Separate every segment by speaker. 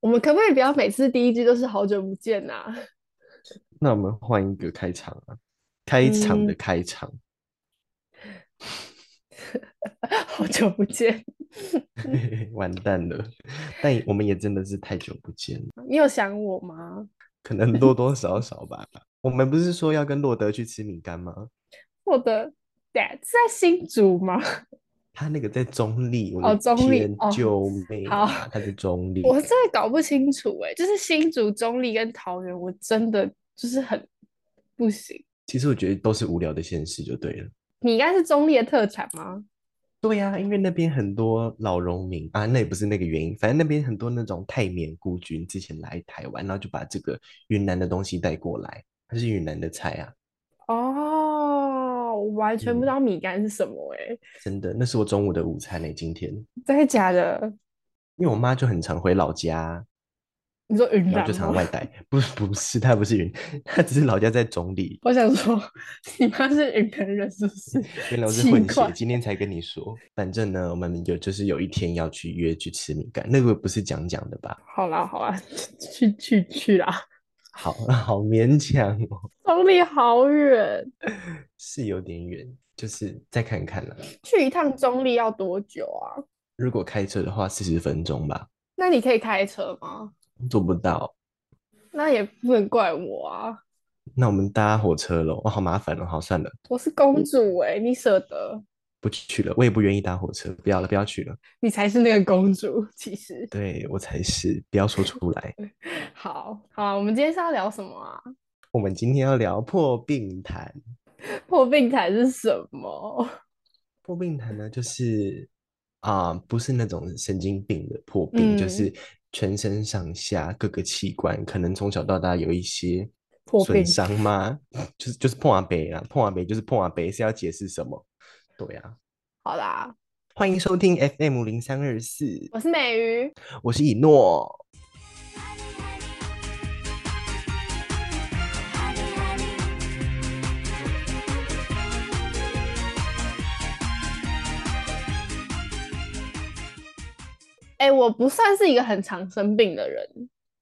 Speaker 1: 我们可不可以不要每次第一句都是好久不见呐、啊？
Speaker 2: 那我们换一个开场啊，开场的
Speaker 1: 嗯
Speaker 2: 开场，
Speaker 1: 好久不见，嗯
Speaker 2: 完蛋了。但我们也真的是太久不见了，
Speaker 1: 你有想我吗？
Speaker 2: 可能多多少少吧。我们不是说要跟洛德去吃米干吗？
Speaker 1: 我的 dad 是在新竹吗？
Speaker 2: 他那个在中立，我
Speaker 1: 哦
Speaker 2: 的
Speaker 1: 中立
Speaker 2: 天
Speaker 1: 哦
Speaker 2: 救命
Speaker 1: 好
Speaker 2: 啊！他在中立，
Speaker 1: 我真的搞不清楚哎、就是新竹、中立跟桃园，我真的就是很不行。
Speaker 2: 其实我觉得都是无聊的现实就对了。
Speaker 1: 你应该是中立的特产吗？
Speaker 2: 对呀、因为那边很多老农民啊，那也不是那个原因，反正那边很多那种泰缅孤军之前来台湾，然后就把这个云南的东西带过来，它是云南的菜啊，
Speaker 1: 哦，我完全不知
Speaker 2: 嗯
Speaker 1: 道米干是什么哎、
Speaker 2: 真的，那是我中午的午餐呢、今天，
Speaker 1: 真的假的？
Speaker 2: 因为我妈就很常回老家，
Speaker 1: 你说云
Speaker 2: 然后
Speaker 1: 南
Speaker 2: 就常
Speaker 1: 吗？
Speaker 2: 外带，不 是不是，她不是云，她只是老家在中里，
Speaker 1: 我想说，你妈是云南人是不 是？
Speaker 2: 原来我是
Speaker 1: 奇
Speaker 2: 混
Speaker 1: 怪
Speaker 2: 血，今天才跟你说，反正呢，我们有就是有一天要去约去吃米干，那个不是讲讲的吧？
Speaker 1: 好啦好啦， 去去去啦，
Speaker 2: 好， 好勉强哦。
Speaker 1: 中立好远，
Speaker 2: 是有点远，就是再看看啦。
Speaker 1: 去一趟中立要多久啊？
Speaker 2: 如果开车的话，四十分钟吧，
Speaker 1: 那你可以开车吗？
Speaker 2: 做不到。
Speaker 1: 那也不能怪我啊，
Speaker 2: 那我们搭火车咯，哦，好麻烦哦，好算了，
Speaker 1: 我是公主哎、你舍得？
Speaker 2: 不去了，我也不愿意搭火车，不要了，不要去了。
Speaker 1: 你才是那个公主，其实。
Speaker 2: 对我才是，不要 说出来。
Speaker 1: 好好啊，我们今天是要聊什么啊？
Speaker 2: 我们今天要聊破病谈，
Speaker 1: 破病才是什么？
Speaker 2: 破病谈呢，就是啊、不是那种神经病的破病，就
Speaker 1: 嗯
Speaker 2: 是全身上下各个器官可能从小到大有一些
Speaker 1: 破
Speaker 2: 损
Speaker 1: 病
Speaker 2: 伤吗？ 就是就是碰啊杯啦，碰啊杯就是碰啊杯，是要解释什么？对啊，
Speaker 1: 好啦，
Speaker 2: 欢迎收听 FM 零三二四，
Speaker 1: 我是美鱼，
Speaker 2: 我是以诺。
Speaker 1: 哎、我不算是一个很常生病的人，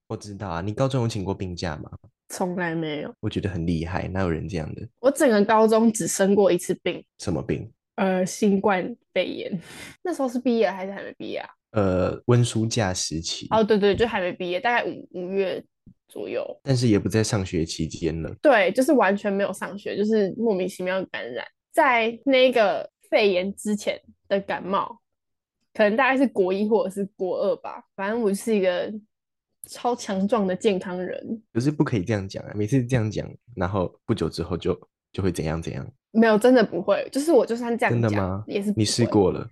Speaker 2: 我知道啊，你高中有请过病假吗？
Speaker 1: 从来没有。
Speaker 2: 我觉得很厉害，哪有人这样的？
Speaker 1: 我整个高中只生过一次病，
Speaker 2: 什么病？
Speaker 1: 呃，新冠肺炎。那时候是毕业了还是还没毕业啊？
Speaker 2: 呃，温书假时期，
Speaker 1: 哦，对对，就还没毕业，大概五五月左右。
Speaker 2: 但是也不在上学期间了。
Speaker 1: 对，就是完全没有上学，就是莫名其妙感染。在那个肺炎之前的感冒，可能大概是国一或者是国二吧。反正我是一个超强壮的健康人，
Speaker 2: 可是不可以这样讲啊！每次这样讲，然后不久之后就就会怎样怎样。
Speaker 1: 没有真的不会。就是我就算这样
Speaker 2: 真的
Speaker 1: 讲
Speaker 2: 吗
Speaker 1: 也是不
Speaker 2: 你试
Speaker 1: 会
Speaker 2: 过了？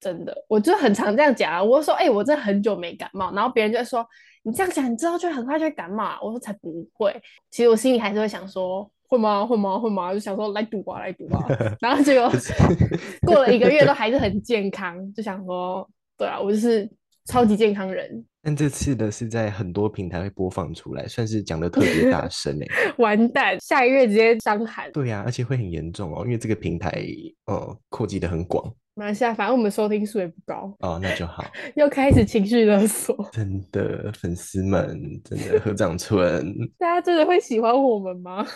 Speaker 1: 真的，我就很常这样讲啊。我就说，哎、我真的很久没感冒，然后别人就会说，你这样讲，你之后就很快就会感冒啊。我说才不会，其实我心里还是会想说，会吗？会吗？会吗？就想说来赌吧，来赌吧。然后结果
Speaker 2: 可是
Speaker 1: 过了一个月都还是很健康，就想说，对啊，我就是超级健康人，
Speaker 2: 但这次的是在很多平台会播放出来，算是讲的特别大声诶、
Speaker 1: 完蛋，下个月直接伤寒。
Speaker 2: 对啊呀、而且会很严重哦，因为这个平台呃扩及的很广
Speaker 1: 马来西啊亚，反正我们收听数也不高，
Speaker 2: 哦，那就好。
Speaker 1: 又开始情绪勒索，
Speaker 2: 真的，粉丝们，真的合掌村
Speaker 1: 大家真的会喜欢我们吗？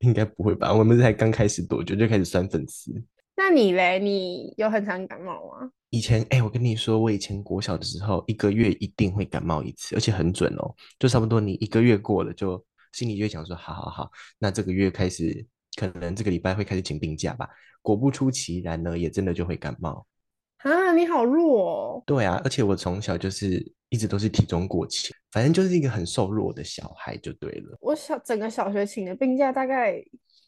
Speaker 2: 应该不会吧？我们才刚开始多久就开始酸粉丝？
Speaker 1: 那你嘞，你有很常感冒吗？
Speaker 2: 以前，哎、我跟你说，我以前国小的时候，一个月一定会感冒一次，而且很准哦，就差不多你一个月过了就，心里就会想说，好好好，那这个月开始，可能这个礼拜会开始请病假吧。果不出其然呢，也真的就会感冒。
Speaker 1: 啊，你好弱哦！
Speaker 2: 对啊，而且我从小就是一直都是体重过轻，反正就是一个很瘦弱的小孩就对了。
Speaker 1: 我小整个小学请的病假大概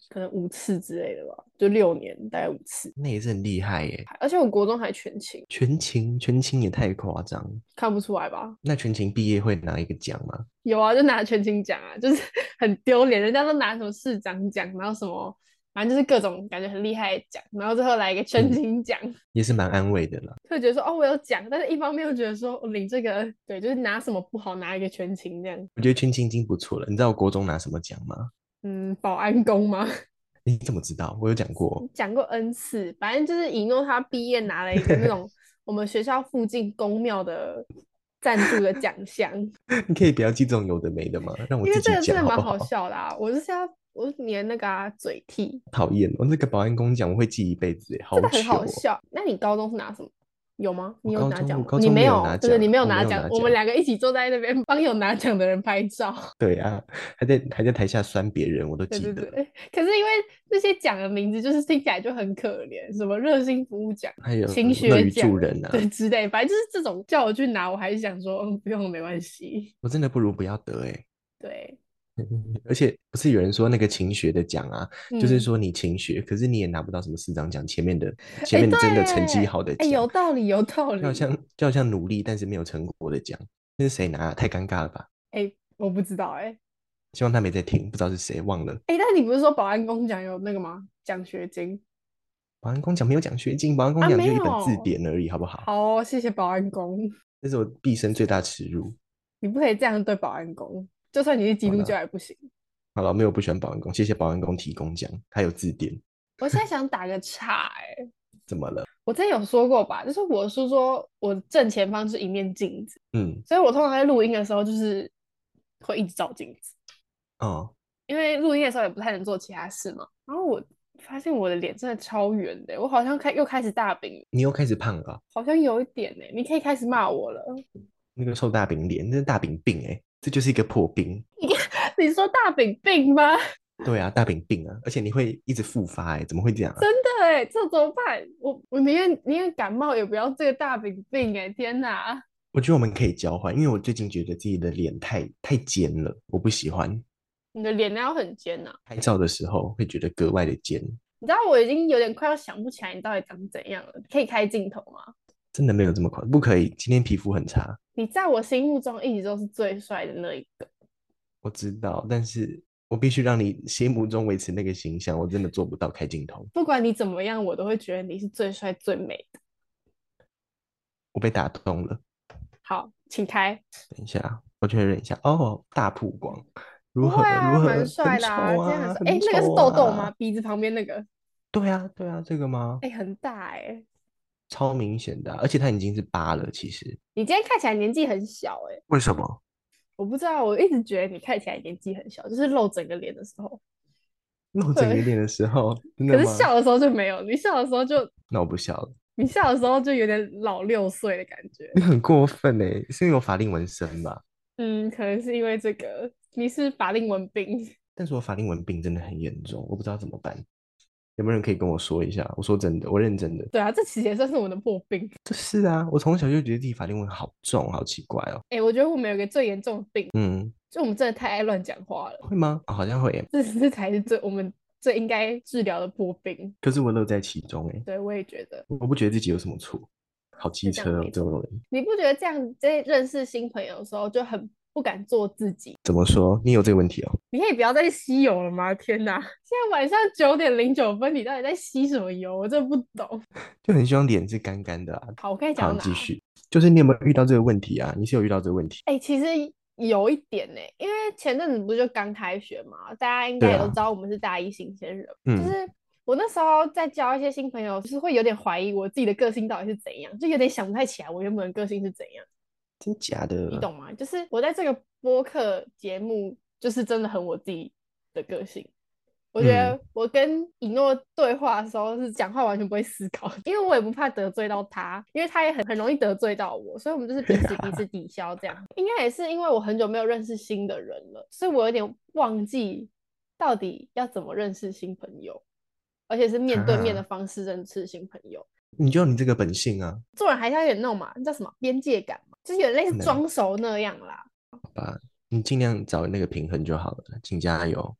Speaker 1: 可能五次之类的吧，就六年大概五次，
Speaker 2: 那也是很厉害耶，
Speaker 1: 而且我国中还全勤，
Speaker 2: 全勤全勤也太夸张。
Speaker 1: 看不出来吧？
Speaker 2: 那全勤毕业会拿一个奖吗？
Speaker 1: 有啊，就拿全勤奖啊，就是 很丢脸，人家都拿什么市长奖，然后什么，反正就是各种感觉很厉害的奖，然后最后来一个全
Speaker 2: 嗯
Speaker 1: 勤奖，
Speaker 2: 也是蛮安慰的啦。
Speaker 1: 就觉得说哦我有奖，但是一方面又觉得说我哦领这个，对，就是拿什么不好，拿一个全勤这样，
Speaker 2: 我觉得全勤已经不错了。你知道我国中拿什么奖吗？
Speaker 1: 嗯，保安工吗？
Speaker 2: 你怎么知道？我有讲过，
Speaker 1: 讲过 N 次，反 正就是以诺他毕业拿了一个那种我们学校附近公庙的赞助的奖项，
Speaker 2: 你可以不要记这种有的没的吗？让 我
Speaker 1: 因为
Speaker 2: 自己
Speaker 1: 这个真的
Speaker 2: 讲好
Speaker 1: 蛮
Speaker 2: 不
Speaker 1: 好
Speaker 2: 好？
Speaker 1: 笑的啊！我就是要我是粘那个啊嘴替，
Speaker 2: 讨厌哦，那个保安工讲我会记一辈子耶，好
Speaker 1: 真的很
Speaker 2: 糗
Speaker 1: 好
Speaker 2: 哦。
Speaker 1: 笑。那你高中是拿什么？有吗？你有
Speaker 2: 我高
Speaker 1: 拿
Speaker 2: 中
Speaker 1: 奖
Speaker 2: 我
Speaker 1: 吗？
Speaker 2: 高
Speaker 1: 你
Speaker 2: 中没有
Speaker 1: 有，
Speaker 2: 拿
Speaker 1: 对对，你
Speaker 2: 奖
Speaker 1: 没有
Speaker 2: 我没
Speaker 1: 拿
Speaker 2: 有
Speaker 1: 奖。
Speaker 2: 拿
Speaker 1: 我们
Speaker 2: 奖
Speaker 1: 两个一起坐在那边帮有拿奖的人拍照。
Speaker 2: 对啊，还在还在台下酸别人， 我都
Speaker 1: 对
Speaker 2: 记
Speaker 1: 对
Speaker 2: 得。
Speaker 1: 对，可是因为那些奖的名字就是听起来就很可怜，什么热心服务奖、
Speaker 2: 还有
Speaker 1: 勤
Speaker 2: 乐
Speaker 1: 学
Speaker 2: 于
Speaker 1: 奖
Speaker 2: 助，人啊，
Speaker 1: 对之类，反正就是这种叫我去拿，我还是想说，嗯，不用没关系。
Speaker 2: 我真的不如不要得哎。
Speaker 1: 对，
Speaker 2: 而且不是有人说那个勤学的奖啊，就是
Speaker 1: 嗯，
Speaker 2: 说你勤学，可是你也拿不到什么市长奖前面的
Speaker 1: 哎，
Speaker 2: 前面
Speaker 1: 对，
Speaker 2: 的真的成绩好的
Speaker 1: 哎，有
Speaker 2: 奖，
Speaker 1: 道理，有道
Speaker 2: 就好
Speaker 1: 理。
Speaker 2: 像就好像努力但是没有成果的奖，那是谁拿啊？太尴尬了吧！
Speaker 1: 哎，我不知道，哎，
Speaker 2: 希望他没在听，不知道是谁忘了。
Speaker 1: 哎，但你不是说保安工奖有那个吗？奖学金
Speaker 2: 保安工奖没有奖学金，保安工
Speaker 1: 啊，
Speaker 2: 奖
Speaker 1: 没
Speaker 2: 就一本字
Speaker 1: 有。
Speaker 2: 典而已，好不好？
Speaker 1: 好哦，谢谢保安工，
Speaker 2: 这是我毕生最大耻辱。
Speaker 1: 你不可以这样对保安工，就算你是基
Speaker 2: 好
Speaker 1: 督
Speaker 2: 了
Speaker 1: 教也不行。
Speaker 2: 好了，没有不喜欢保安工，谢谢保安工提供奖，还有字典。
Speaker 1: 我现在想打个岔，哎。
Speaker 2: 怎么了？
Speaker 1: 我之前有说过吧，就是我是说我正前方是一面镜子，
Speaker 2: 嗯，
Speaker 1: 所以我通常在录音的时候就是会一直照镜子，
Speaker 2: 哦，
Speaker 1: 因为录音的时候也不太能做其他事嘛。然后我发现我的脸真的超圆的，我好像开又开始大饼了，
Speaker 2: 你又开始胖了啊，
Speaker 1: 好像有一点呢。你可以开始骂我了。
Speaker 2: 那个臭大饼脸，那是大饼病哎、这就是一个破病。
Speaker 1: 你说大饼病吗？
Speaker 2: 对啊，大饼病啊，而且你会一直复发哎、怎么会这样啊？
Speaker 1: 真的哎，这怎么办？我我宁愿宁愿感冒也不要这个大饼病哎！天哪，
Speaker 2: 我觉得我们可以交换，因为我最近觉得自己的脸太太尖了，我不喜欢
Speaker 1: 你的脸要很尖呐、
Speaker 2: 拍照的时候会觉得格外的尖，
Speaker 1: 你知道我已经有点快要想不起来你到底长怎样了，可以开镜头吗？
Speaker 2: 真的没有这么夸不可以。今天皮肤很差，
Speaker 1: 你在我心目中一直都是最帅的那一个，
Speaker 2: 我知道，但是我必须让你心目中维持那个形象，我真的做不到开镜头，
Speaker 1: 不管你怎么样，我都会觉得你是最帅最美的。
Speaker 2: 我被打动了。
Speaker 1: 好，请开。
Speaker 2: 等一下，我确认一下，哦，大曝光，如
Speaker 1: 不
Speaker 2: 何
Speaker 1: 会
Speaker 2: 了？如
Speaker 1: 啊，
Speaker 2: 何
Speaker 1: 蛮
Speaker 2: 了？
Speaker 1: 帅
Speaker 2: 很
Speaker 1: 的
Speaker 2: 丑
Speaker 1: 啊，这样很
Speaker 2: 啊，
Speaker 1: 帅。哎、
Speaker 2: 很
Speaker 1: 那个是
Speaker 2: 丑
Speaker 1: 痘痘吗？
Speaker 2: 啊。
Speaker 1: 鼻子旁边那个，
Speaker 2: 对啊，对啊，这个吗？
Speaker 1: 哎、很大哎、
Speaker 2: 超明显的啊而且它已经是疤了，其实。
Speaker 1: 你今天看起来年纪很小哎、
Speaker 2: 为什么？
Speaker 1: 我不知道，我一直觉得你看起来年纪很小，就是露整个脸的时候，
Speaker 2: 露整个
Speaker 1: 对。
Speaker 2: 脸的时候， 真
Speaker 1: 可
Speaker 2: 的
Speaker 1: 是
Speaker 2: 吗？
Speaker 1: 笑的时候就没有，你笑的时候就，
Speaker 2: 那我不笑了，
Speaker 1: 你笑的时候就有点老六岁的感觉。
Speaker 2: 你很过分哎、是因为我法令纹深吧？
Speaker 1: 嗯，可能是因为这个，你是法令纹病。
Speaker 2: 但是我法令纹病真的很严重，我不知道怎么办。有没有人可以跟我说一下？我说真的，我认真的。
Speaker 1: 对啊，这其实也算是我的破病。
Speaker 2: 就是啊，我从小就觉得自己法令纹好重，好奇怪哦。
Speaker 1: 哎、我觉得我们有一个最严重的病，
Speaker 2: 嗯，
Speaker 1: 就我们真的太爱乱讲话了，
Speaker 2: 会吗？哦好像会耶、
Speaker 1: 这这才是最我们最应该治疗的破病。
Speaker 2: 可是我乐在其中哎、
Speaker 1: 对，我也觉得
Speaker 2: 我不觉得自己有什么错，好机
Speaker 1: 是这样
Speaker 2: 车哦，
Speaker 1: 没
Speaker 2: 这
Speaker 1: 错。
Speaker 2: 种人
Speaker 1: 你不觉得这样在认识新朋友的时候就很不敢做自己？
Speaker 2: 怎么说？你有这个问题哦？
Speaker 1: 你可以不要再吸油了吗？天哪，现在晚上九点零九分，你到底在吸什么油？我真的不懂。
Speaker 2: 就很希望脸是干干的啊。
Speaker 1: 好，我刚才讲
Speaker 2: 好，
Speaker 1: 到
Speaker 2: 你
Speaker 1: 哪
Speaker 2: 继
Speaker 1: 啊？
Speaker 2: 续，就是你有没有遇到这个问题啊？你是有遇到这个问题？
Speaker 1: 哎、其实有一点呢、因为前阵子不就刚开学嘛，大家应
Speaker 2: 对
Speaker 1: 该也都
Speaker 2: 啊，
Speaker 1: 知道我们是大一新鲜人。就
Speaker 2: 嗯，
Speaker 1: 是我那时候在交一些新朋友，就是会有点怀疑我自己的个性到底是怎样，就有点想不太起来我原本的个性是怎样，
Speaker 2: 真假
Speaker 1: 你
Speaker 2: 的？
Speaker 1: 懂吗？就是我在这个播客节目，就是真的很我自己的个性。我觉
Speaker 2: 嗯，
Speaker 1: 得我跟以诺对话的时候是讲话完全不会思考， 因为我也不怕得罪到他，因为他也很很容易得罪到我，所以我们就是彼此彼此抵消这样。应该也是因为我很久没有认识新的人了，所以我有点忘记到底要怎么认识新朋友，而且是面对面的
Speaker 2: 哈，
Speaker 1: 方式认识新朋友。你
Speaker 2: 你就有你这个本性啊，
Speaker 1: 做人还是要有点那种嘛，那叫什么边界感嘛，就是有点类似
Speaker 2: 可能
Speaker 1: 装熟那样啦。
Speaker 2: 好吧，你尽量找那个平衡就好了，请加油。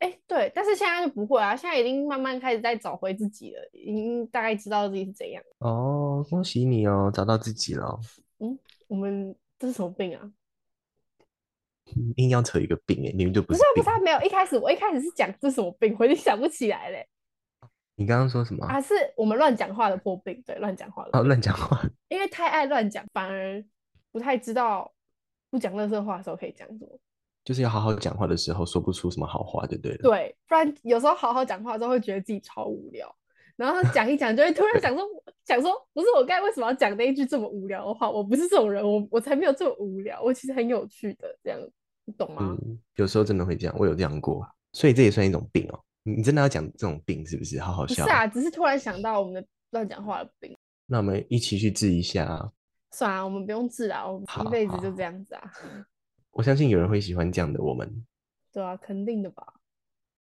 Speaker 1: 哎，对，但是现在就不会啊，现在已经慢慢开始在找回自己了，已经大概知道自己是怎样。
Speaker 2: 哦，恭喜你哦，找到自己了哦，
Speaker 1: 嗯，我们这是什么病啊？
Speaker 2: 硬要扯一个病哎，明明就不
Speaker 1: 不是
Speaker 2: 是
Speaker 1: 啊，不
Speaker 2: 病。
Speaker 1: 是啊，没有。一开始我一开始是讲这是什么病，我已经想不起来嘞。
Speaker 2: 你刚刚说什么啊？
Speaker 1: 啊，是我们乱讲话的破病，对，乱讲话的
Speaker 2: 哦，
Speaker 1: 病，
Speaker 2: 乱讲话，
Speaker 1: 因为太爱乱讲，反而不太知道不讲垃圾话的时候可以讲什么。
Speaker 2: 就是要好好讲话的
Speaker 1: 啊
Speaker 2: 时候说不出什么好话就对了。
Speaker 1: 对，不然有时候好好讲话之后会觉得自己超无聊，然后讲一讲就会突然想说， 想说不是我该为什么要讲那一句这么无聊的话？我不是这种人，我我才没有这么无聊，我其实很有趣的，这样你懂吗？
Speaker 2: 嗯，有时候真的会这样，我有这样过，所以这也算一种病哦。你你真的要讲这种病是不是？好好
Speaker 1: 不是
Speaker 2: 笑哦。
Speaker 1: 啊，只是突然想到我们的乱讲话的病。
Speaker 2: 那我们一起去治一下啊！
Speaker 1: 算了、我们不用治了，我们
Speaker 2: 好
Speaker 1: 一辈子
Speaker 2: 好
Speaker 1: 就这样子啊。
Speaker 2: 我相信有人会喜欢这样的我们，
Speaker 1: 对啊，肯定的吧。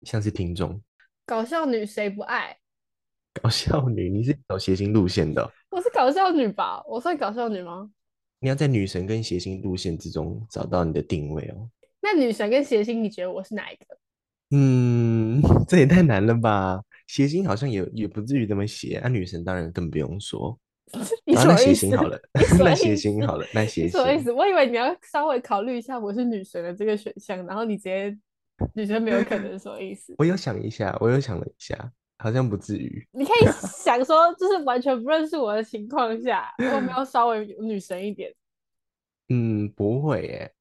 Speaker 2: 像是听众
Speaker 1: 搞笑女谁不爱？
Speaker 2: 搞笑女，你是走谐星路线的哦、
Speaker 1: 我是搞笑女吧？我算搞笑女吗？
Speaker 2: 你要在女神跟谐星路线之中找到你的定位哦。
Speaker 1: 那女神跟谐星，你觉得我是哪一个？
Speaker 2: 嗯， 这也太难了吧？谐星好像也也不至于这么谐，啊，女神当然更不用说。
Speaker 1: 你
Speaker 2: 啊
Speaker 1: 什
Speaker 2: 那
Speaker 1: 么
Speaker 2: 谐
Speaker 1: 意
Speaker 2: 星
Speaker 1: 思？
Speaker 2: 好了，
Speaker 1: 你什么
Speaker 2: 那
Speaker 1: 意思
Speaker 2: 谐星好了，那谐
Speaker 1: 你什么意
Speaker 2: 星。
Speaker 1: 思？我以为你要稍微考虑一下我是女神的这个选项，然后你直接女神没有可能是什么意思？
Speaker 2: 我有想一下，我有想了一下，好像不至于。
Speaker 1: 你可以想说，就是完全不认识我的情况下，我有没有稍微女神一点？
Speaker 2: 嗯，不会耶，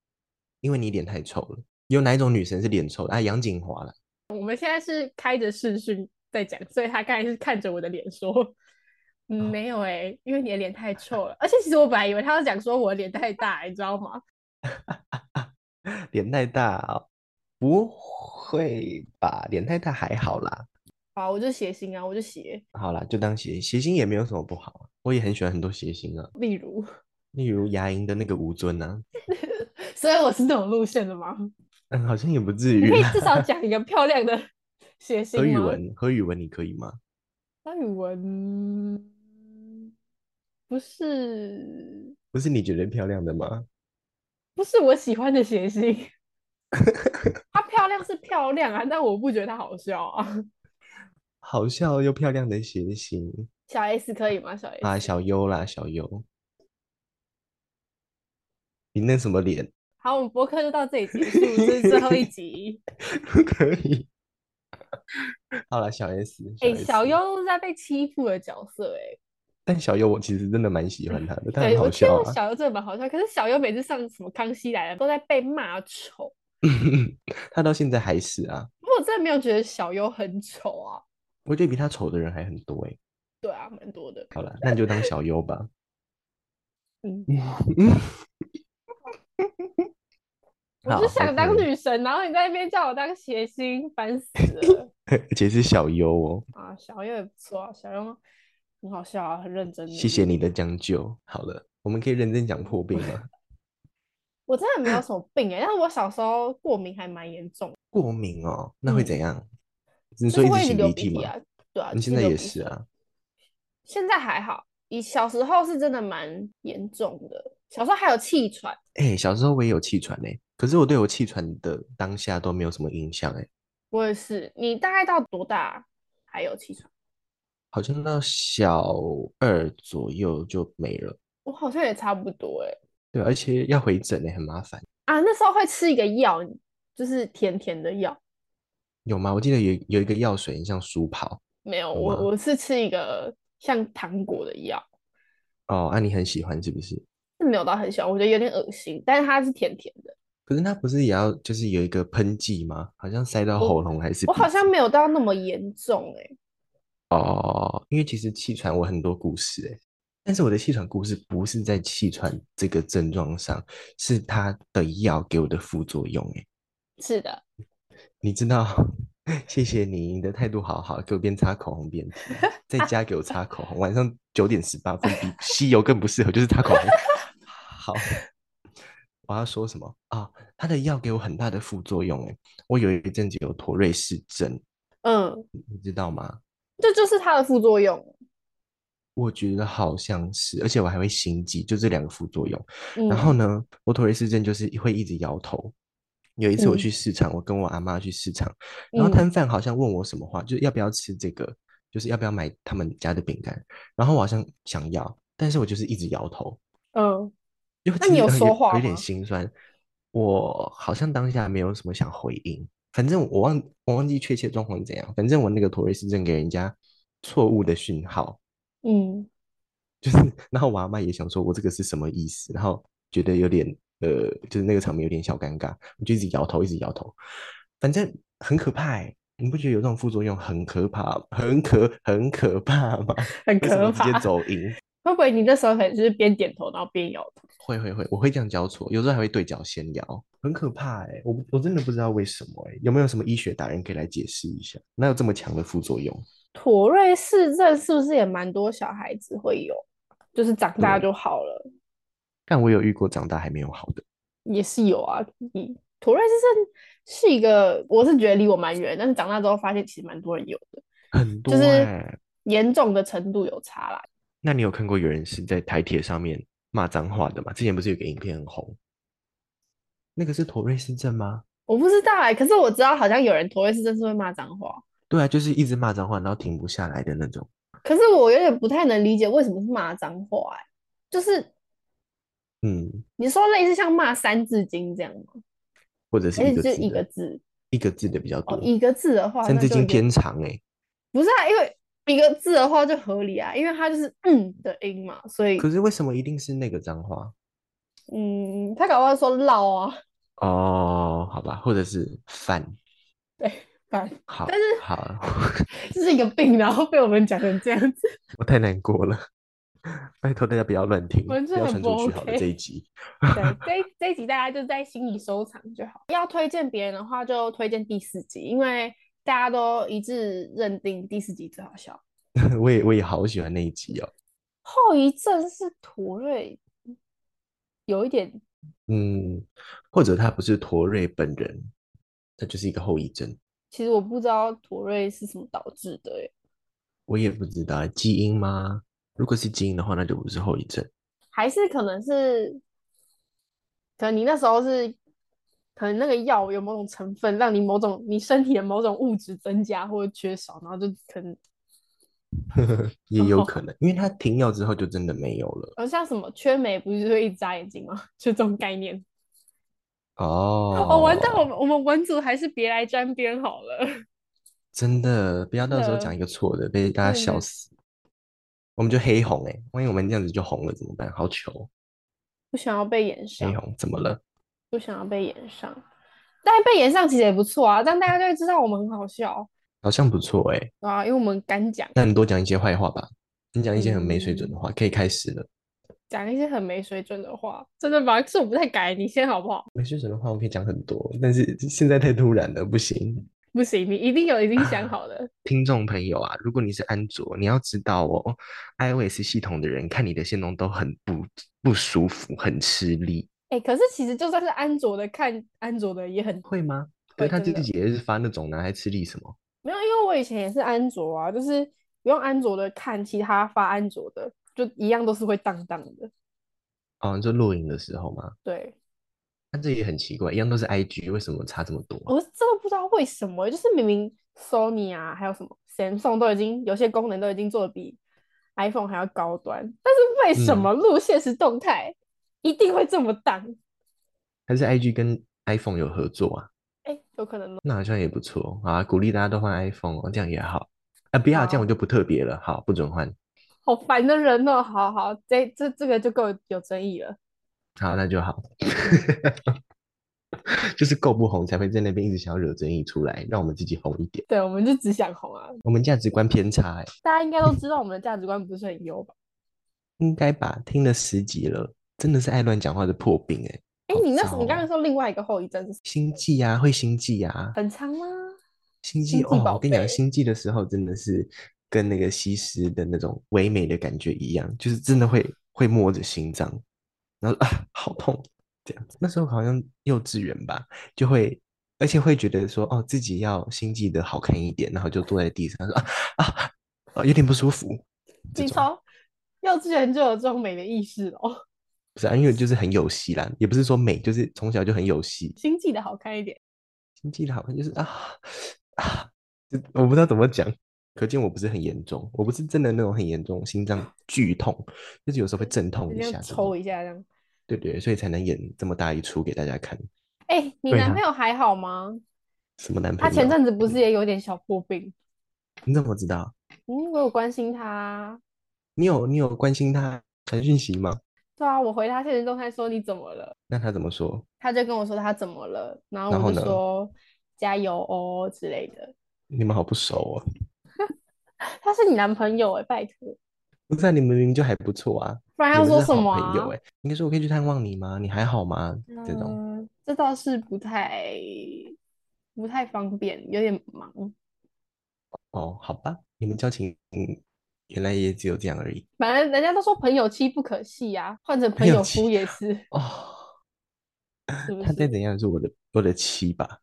Speaker 2: 因为你脸太丑了。有哪一种女神是脸丑的？啊，杨谨华啦。
Speaker 1: 我们现在是开着视讯在讲，所以他刚才是看着我的脸说。嗯，没有哎、因为你的脸太臭了，而且其实我本来以为他要讲说我的脸太大、你知道吗？
Speaker 2: 脸太大哦，不会吧？脸太大还好啦，
Speaker 1: 好，我就谐星啊，我就谐，
Speaker 2: 好啦，就当谐谐星也没有什么不好啊。我也很喜欢很多谐星啊，
Speaker 1: 例如，
Speaker 2: 例如牙龈的那个吴尊啊，
Speaker 1: 所以我是那种路线的吗？
Speaker 2: 嗯，好像也不至
Speaker 1: 你
Speaker 2: 于
Speaker 1: 可以
Speaker 2: 啦。
Speaker 1: 至少讲一个漂亮的谐星
Speaker 2: 何宇
Speaker 1: 吗？
Speaker 2: 文，何宇文你可以吗？
Speaker 1: 张宇文不是
Speaker 2: 不是你觉得漂亮的吗？
Speaker 1: 不是我喜欢的谐星，她漂亮是漂亮啊，但我不觉得她好笑啊。
Speaker 2: 好笑又漂亮的谐星
Speaker 1: 小 S 可以吗？小 S
Speaker 2: 啊，小优啦，小优，你那什么脸？
Speaker 1: 好，我们播客就到这里结束，这是最后一集。
Speaker 2: 可以。好了，小 S，
Speaker 1: 哎、
Speaker 2: 小 S，
Speaker 1: 小优都是在被欺负的角色、
Speaker 2: 但小优我其实真的蛮喜欢他的，他
Speaker 1: 哎，
Speaker 2: 很
Speaker 1: 对我
Speaker 2: 好
Speaker 1: 觉
Speaker 2: 笑
Speaker 1: 得
Speaker 2: 啊。
Speaker 1: 小优真的蛮好笑，可是小优每次上什么《康熙来了》都在被骂丑，
Speaker 2: 他到现在还是啊，
Speaker 1: 我真的没有觉得小优很丑啊。
Speaker 2: 我觉得比他丑的人还很多哎、
Speaker 1: 对啊，蛮多的。
Speaker 2: 好了，那你就当小优吧。
Speaker 1: 嗯，我
Speaker 2: 好
Speaker 1: 就想当，
Speaker 2: OK
Speaker 1: 女神，然后你在那边叫我当谐星，烦死了。
Speaker 2: 而且是小优哦。
Speaker 1: 啊，小优也不错啊，小优很好笑啊，很认真努
Speaker 2: 谢谢
Speaker 1: 力。
Speaker 2: 你的将就。好了，我们可以认真讲破病吗？
Speaker 1: 我真的没有什么病哎、但是我小时候过敏还蛮严重，
Speaker 2: 过敏哦，那会怎
Speaker 1: 嗯
Speaker 2: 样？你
Speaker 1: 就
Speaker 2: 说
Speaker 1: 是
Speaker 2: 一直
Speaker 1: 会一直
Speaker 2: 擤
Speaker 1: 流
Speaker 2: 鼻涕
Speaker 1: 鼻涕
Speaker 2: 吗？
Speaker 1: 啊，对啊，
Speaker 2: 你
Speaker 1: 就
Speaker 2: 现在
Speaker 1: 流
Speaker 2: 也
Speaker 1: 鼻
Speaker 2: 是
Speaker 1: 涕。
Speaker 2: 啊，
Speaker 1: 现在还好，以小时候是真的蛮严重的，小时候还有气喘，
Speaker 2: 哎、小时候我也有气喘哎、可是我对我气喘的当下都没有什么印象哎、
Speaker 1: 我也是。你大概到多大还有气喘？
Speaker 2: 好像到小二左右就没了。
Speaker 1: 我好像也差不多哎、
Speaker 2: 对，而且要回诊哎、很麻烦，
Speaker 1: 啊，那时候会吃一个药，就是甜甜的药。
Speaker 2: 有吗？我记得有有一个药水很像舒跑
Speaker 1: 没有，
Speaker 2: 有
Speaker 1: 我
Speaker 2: 吗
Speaker 1: 我是吃一个像糖果的药，
Speaker 2: 哦，啊，你很喜欢是不是？
Speaker 1: 是没有到很喜欢，我觉得有点恶心，但是它是甜甜的。
Speaker 2: 可是它不是也要就是有一个喷剂吗？好像塞到
Speaker 1: 我
Speaker 2: 喉咙还是
Speaker 1: 我
Speaker 2: 鼻
Speaker 1: 好像
Speaker 2: 子
Speaker 1: 没有到那么严重哎、
Speaker 2: 哦，因为其实气喘我很多故事哎、但是我的气喘故事不是在气喘这个症状上，是它的药给我的副作用哎、
Speaker 1: 是的，
Speaker 2: 你知道， 谢谢你，你的态度好好，给我边擦口红边听，在家给我擦口红，晚上九点十八分比 西游更不适合，就是擦口红。好，我要说什么啊？它的药给我很大的副作用，哎，我有一阵子有妥瑞氏症，
Speaker 1: 嗯，
Speaker 2: 你知道吗？
Speaker 1: 这就是它的副作用。
Speaker 2: 我觉得好像是，而且我还会心悸，就这两个副作用。
Speaker 1: 嗯，
Speaker 2: 然后呢，我妥瑞氏症就是会一直摇头。有一次我
Speaker 1: 嗯
Speaker 2: 去市场，我跟我阿妈去市场，然后
Speaker 1: 嗯
Speaker 2: 摊贩好像问我什么话，就是要不要吃这个，就是要不要买他们家的饼干。然后我好像想要，但是我就是一直摇头，
Speaker 1: 嗯，
Speaker 2: 因为
Speaker 1: 那
Speaker 2: 其
Speaker 1: 你
Speaker 2: 实
Speaker 1: 有
Speaker 2: 呃
Speaker 1: 说话
Speaker 2: 有点
Speaker 1: 吗
Speaker 2: 心酸。我好像当下没有什么想回应，反正我忘我忘记确切状况是怎样，反正我那个妥瑞氏症给人家错误的讯号，
Speaker 1: 嗯，
Speaker 2: 就是，然后我阿妈也想说，我这个是什么意思？然后觉得有点，呃，就是那个场面有点小尴尬，我就一直摇头，一直摇头，反正很可怕欸你不觉得有这种副作用很可怕、很可、很可怕 吗？
Speaker 1: 很
Speaker 2: 为什么
Speaker 1: 可
Speaker 2: 直接
Speaker 1: 怕。
Speaker 2: 走音？
Speaker 1: 会不会你那时候可能就是边点头然后边摇头？
Speaker 2: 会会会，我会这样交错，有时候还会对角闲聊，很可怕哎、我不我真的不知道为什么哎、有没有什么医学达人可以来解释一下？哪有这么强的副作用？
Speaker 1: 妥瑞氏症是不是也蛮多小孩子会有？就是长大
Speaker 2: 对
Speaker 1: 就好了，
Speaker 2: 但我有遇过长大还没有好的，
Speaker 1: 也是有啊。你妥瑞氏症是一个，我是觉得离我蛮远，但是长大之后发现其实蛮多人有的，
Speaker 2: 很多
Speaker 1: 就
Speaker 2: 哎、
Speaker 1: 是严重的程度有差啦。
Speaker 2: 那你有看过有人是在台铁上面骂脏话的吗？之前不是有个影片很红，那个是妥瑞氏症吗？
Speaker 1: 我不知道哎、可是我知道好像有人妥瑞氏症是会骂脏话，
Speaker 2: 对啊，就是一直骂脏话，然后停不下来的那种。
Speaker 1: 可是我有点不太能理解为什么是骂脏话哎、就是
Speaker 2: 嗯，
Speaker 1: 你说类似像骂《三字经》这样吗？
Speaker 2: 或者是
Speaker 1: 还
Speaker 2: 一
Speaker 1: 是
Speaker 2: 个
Speaker 1: 就
Speaker 2: 字
Speaker 1: 一个
Speaker 2: 的，
Speaker 1: 字？
Speaker 2: 一个字的比较
Speaker 1: 哦，
Speaker 2: 多。
Speaker 1: 一个字的话，
Speaker 2: 三
Speaker 1: 那
Speaker 2: 字
Speaker 1: 就有
Speaker 2: 经
Speaker 1: 点
Speaker 2: 偏长哎、
Speaker 1: 不是啊，因为一个字的话就合理啊，因为它就是嗯的音嘛，所以
Speaker 2: 可是为什么一定是那个脏话？
Speaker 1: 嗯，他搞不好说唠啊，
Speaker 2: 哦，好吧，或者是饭，
Speaker 1: 反
Speaker 2: 好，
Speaker 1: 但是
Speaker 2: 好，
Speaker 1: 这是一个病，然后被我们讲成这样子，
Speaker 2: 我太难过了，拜托大家不要乱听，
Speaker 1: 我们
Speaker 2: 不
Speaker 1: 这
Speaker 2: 要
Speaker 1: 很
Speaker 2: 传
Speaker 1: 不
Speaker 2: 出去好了
Speaker 1: OK
Speaker 2: 这一集。
Speaker 1: 对，这一这一集大家就在心里收藏就好。要推荐别人的话，就推荐第四集，因为大家都一致认定第四集最好笑。
Speaker 2: 我也我也好喜欢那一集哦，
Speaker 1: 后遗症是妥瑞，有一点
Speaker 2: 嗯，或者他不是陀瑞本人，他就是一个后遗症，
Speaker 1: 其实我不知道妥瑞是什么导致的欸耶，
Speaker 2: 我也不知道啊基因吗？如果是基因的话，那就不是后遗症。
Speaker 1: 还是可能是，可能你那时候是，可能那个药有某种成分让你某种你身体的某种物质增加或者缺少，然后就可能，
Speaker 2: 也有可能，因为他停药之后就真的没有了。
Speaker 1: 呃，像什么缺镁不是会一直眨眼睛吗？ 就这种概念。 哦，完蛋，我
Speaker 2: 哦，
Speaker 1: 们我们文组还是别来沾边好了。
Speaker 2: 真的，不要到时候
Speaker 1: 真的
Speaker 2: 讲一个错的，被大家
Speaker 1: 对
Speaker 2: 笑
Speaker 1: 对
Speaker 2: 死。我们就黑红哎、万一我们这样子就红了怎么办？好糗，
Speaker 1: 不想要被延
Speaker 2: 黑
Speaker 1: 上，
Speaker 2: 红怎么了？
Speaker 1: 不想要被延上，但被延上其实也不错啊，但大家就会知道我们很好笑，
Speaker 2: 好像不错哎、
Speaker 1: 对啊，因为我们敢讲。
Speaker 2: 那你多讲一些坏话吧，你讲一些很没水准的
Speaker 1: 嗯
Speaker 2: 话，可以开始了。
Speaker 1: 讲一些很没水准的话，真的吗？是我不太敢，你先好不好？
Speaker 2: 没水准的话我可以讲很多，但是现在太突然了，不行。
Speaker 1: 不行，你一定有已经想好的。
Speaker 2: 听众朋友啊，如果你是安卓，你要知道哦，iOS 系统的人看你的线动都很不不舒服，很吃力，
Speaker 1: 哎、可是其实就算是安卓的看安卓的也很
Speaker 2: 会吗？
Speaker 1: 会
Speaker 2: 可是他自
Speaker 1: 真的
Speaker 2: 己也是发那种呢，还吃力什么？
Speaker 1: 没有，因为我以前也是安卓啊，就是用安卓的看其他发安卓的，就一样都是会荡荡的。
Speaker 2: 哦，你说录影的时候吗？
Speaker 1: 对，
Speaker 2: 但这也很奇怪，一样都是 IG，为什么差这么多啊？
Speaker 1: 我是真的不知道为什么，就是明明 Sony 啊，还有什么 Samsung 都已经有些功能都已经做的比 iPhone 还要高端，但是为什
Speaker 2: 嗯
Speaker 1: 么录现实动态一定会这么荡？
Speaker 2: 还是 IG 跟 iPhone 有合作啊？
Speaker 1: 哎、有可能哦。
Speaker 2: 那好像也不错啊，鼓励大家都换 iPhone 哦，这样也好。啊，不要，这样我
Speaker 1: 好
Speaker 2: 就不特别了。好，不准换。
Speaker 1: 好烦的人哦，好好，这这这个就够有争议了。
Speaker 2: 好，那就好。 就是够不红才会在那边一直想要惹争议出来，让我们自己红一点。
Speaker 1: 对，我们就只想红啊，
Speaker 2: 我们价值观偏差、欸，
Speaker 1: 大家应该都知道我们的价值观不是很优吧？
Speaker 2: 应该吧？听了十集了，真的是爱乱讲话的破病、欸，哎，
Speaker 1: 哎，你那时你刚
Speaker 2: 糟
Speaker 1: 才
Speaker 2: 哦
Speaker 1: 说另外一个后遗症是
Speaker 2: 心悸啊，会心悸啊，
Speaker 1: 很长吗？
Speaker 2: 心
Speaker 1: 心
Speaker 2: 悸
Speaker 1: 悸
Speaker 2: 哦。
Speaker 1: 宝
Speaker 2: 我跟你讲，
Speaker 1: 贝
Speaker 2: 心悸的时候真的是跟那个西施的那种唯美的感觉一样，就是真的会会摸着心脏，然后啊，好痛，这样子。那时候好像幼稚园吧，就会。而且会觉得说，哦，自己要心悸的好看一点，然后就坐在地上说啊啊啊，有点不舒服。这
Speaker 1: 你
Speaker 2: 种
Speaker 1: 从幼稚园就有这种美的意识了哦，
Speaker 2: 不是啊，因为就是很有戏啦，也不是说美，就是从小就很有戏。
Speaker 1: 心计的好看一点。
Speaker 2: 心悸的好像就是啊啊，就我不知道怎么讲，可见我不是很严重，我不是真的那种很严重，心脏剧痛，就是有时候会阵痛
Speaker 1: 就
Speaker 2: 一
Speaker 1: 这
Speaker 2: 下
Speaker 1: 样
Speaker 2: 这
Speaker 1: 抽
Speaker 2: 种，
Speaker 1: 一下这样。
Speaker 2: 对对，所以才能演这么大一出给大家看。
Speaker 1: 哎，你
Speaker 2: 对
Speaker 1: 男
Speaker 2: 啊
Speaker 1: 朋友还好吗？
Speaker 2: 什么男
Speaker 1: 他
Speaker 2: 朋
Speaker 1: 前
Speaker 2: 友？
Speaker 1: 阵子不是也有点小破病？
Speaker 2: 你怎么知道？
Speaker 1: 嗯，我有关心他。
Speaker 2: 你有你有关心他传讯息吗？
Speaker 1: 对啊，我回他现实动态说你怎么了，
Speaker 2: 那他怎么说？
Speaker 1: 他就跟我说他怎么了，然后
Speaker 2: 然
Speaker 1: 我
Speaker 2: 后
Speaker 1: 就
Speaker 2: 呢
Speaker 1: 说加油哦之类的。
Speaker 2: 你们好不熟哦。
Speaker 1: 他是你男朋友哎、拜托，
Speaker 2: 不是啊，你们明明就还不错啊，
Speaker 1: 不然
Speaker 2: 你
Speaker 1: 要
Speaker 2: 们
Speaker 1: 说
Speaker 2: 是
Speaker 1: 什
Speaker 2: 好
Speaker 1: 么
Speaker 2: 朋友
Speaker 1: 啊？
Speaker 2: 哎、应该说我可以去探望你吗？你还好吗？这种。
Speaker 1: 嗯，这倒是不太不太方便，有点忙。
Speaker 2: 哦，好吧，你们交情嗯原来也只有这样而已。
Speaker 1: 反正人家都说朋友妻不可戏呀、换成朋
Speaker 2: 朋友
Speaker 1: 友
Speaker 2: 妻
Speaker 1: 夫也是，
Speaker 2: 哦，
Speaker 1: 是不
Speaker 2: 他再
Speaker 1: 是？
Speaker 2: 怎样是我的我的妻吧，